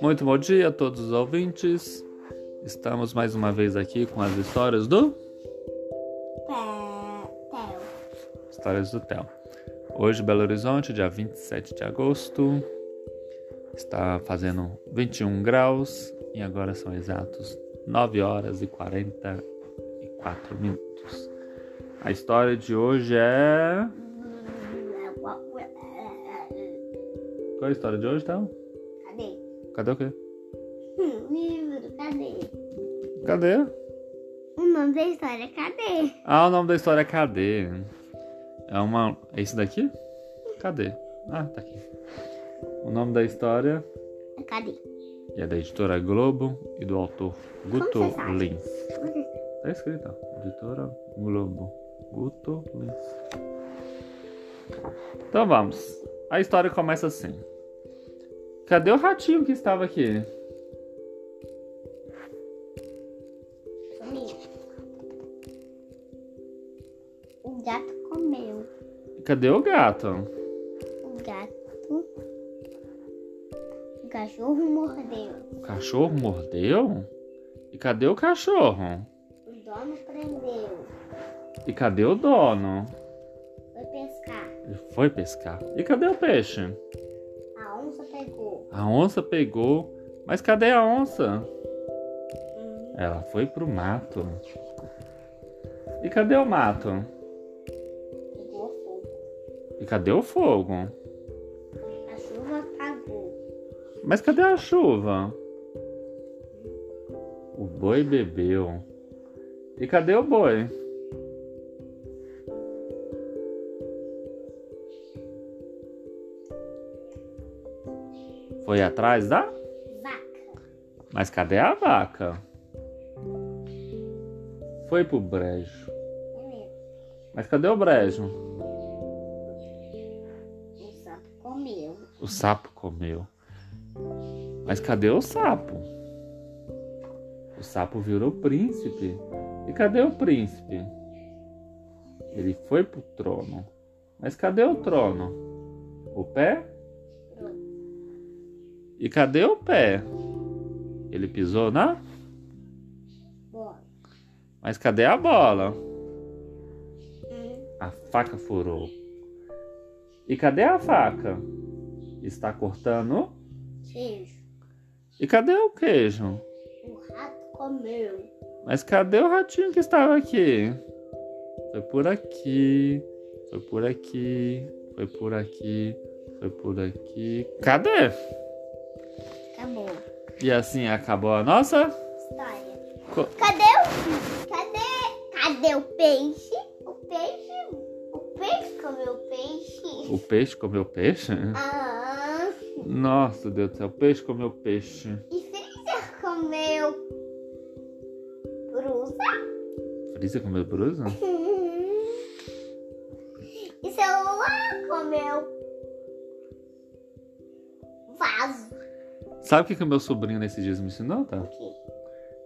Muito bom dia a todos os ouvintes. Estamos mais uma vez aqui com as histórias do Papel. Histórias do Theo. Hoje, Belo Horizonte, dia 27 de agosto. Está fazendo 21 graus e agora são exatos 9 horas e 44 minutos. A história de hoje é. Qual é a história de hoje, Theo? Cadê? Cadê o quê? Hum, livro, cadê? Cadê? O nome da história, cadê? Ah, o nome da história é Cadê? É uma. É esse daqui? Cadê? Ah, tá aqui. O nome da história Cadê? é da editora Globo e do autor Guto Como você sabe? Lins. Tá escrito, ó. Editora Globo. Guto Lins. Então vamos. A história começa assim. Cadê o ratinho que estava aqui? Sumiu. O gato comeu. Cadê o gato? O gato. O cachorro mordeu. O cachorro mordeu? E cadê o cachorro? O dono prendeu. E cadê o dono? Foi pescar. Ele foi pescar. E cadê o peixe? A onça pegou. A onça pegou. Mas cadê a onça? Ela foi pro mato. E cadê o mato? Pegou fogo. E cadê o fogo? A chuva apagou. Mas cadê a chuva? O boi bebeu. E cadê o boi? Foi atrás da? Vaca. Mas cadê a vaca? Foi pro brejo. É mesmo. Mas cadê o brejo? O sapo comeu. O sapo comeu. Mas cadê o sapo? O sapo virou príncipe. E cadê o príncipe? Ele foi pro trono. Mas cadê o trono? O pé? E cadê o pé? Ele pisou na? Bora. Mas cadê a bola? Hum. A faca furou. E cadê a faca? Está cortando? Queijo. E cadê o queijo? O rato comeu. Mas cadê o ratinho que estava aqui? Foi por aqui, foi por aqui, foi por aqui, foi por aqui. Cadê? Acabou. E assim acabou a nossa. História. co- Cadê o. Cadê? Cadê o peixe? O peixe. O peixe comeu o peixe. O peixe comeu peixe? Ah, Nossa, Deus do céu, o peixe comeu peixe. e Freezer comeu. Brusa. Freezer comeu brusa? E celular comeu. Vaso. Sabe o que, que o meu sobrinho nesses dias me ensinou, tá? O quê?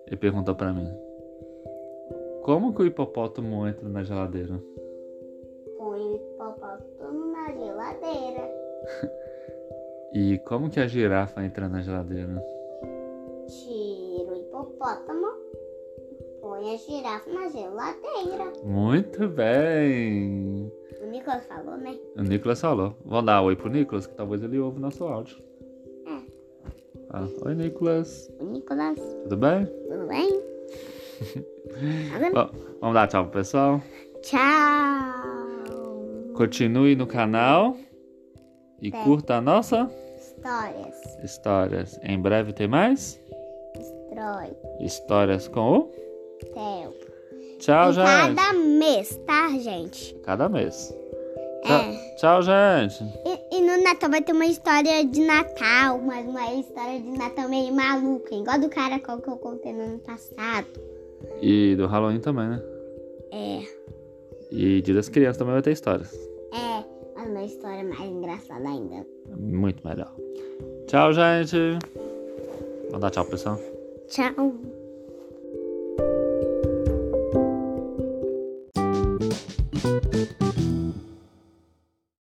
Ele perguntou pra mim: Como que o hipopótamo entra na geladeira? Põe o papotão na geladeira. E como que a girafa entra na geladeira? Tira o hipopótamo. Põe a girafa na geladeira. Muito bem! O Nicolas falou, né? O Nicolas falou. Vamos dar oi pro Nicolas, que talvez ele ouve o nosso áudio. Hum. Ah, oi, Nicolas. O Nicolas, Tudo bem? tudo bem? Tá vendo? Bom, vamos dar tchau pro pessoal. Tchau! Continue no canal e Bem. curta a nossa Histórias. histórias. Em breve tem mais Troy, histórias com o. Theo. Tchau, E gente. Cada mês, tá, gente? Cada mês. É. Tchau, gente. E, e no Natal vai ter uma história de Natal, mas uma história de Natal meio maluca, igual do caracol que eu contei no ano passado. E do Halloween também, né? É, E Dia das Crianças também vai ter histórias. é, mas uma história mais engraçada ainda. Muito melhor. Tchau, gente. Vou dar tchau, pessoal. Tchau!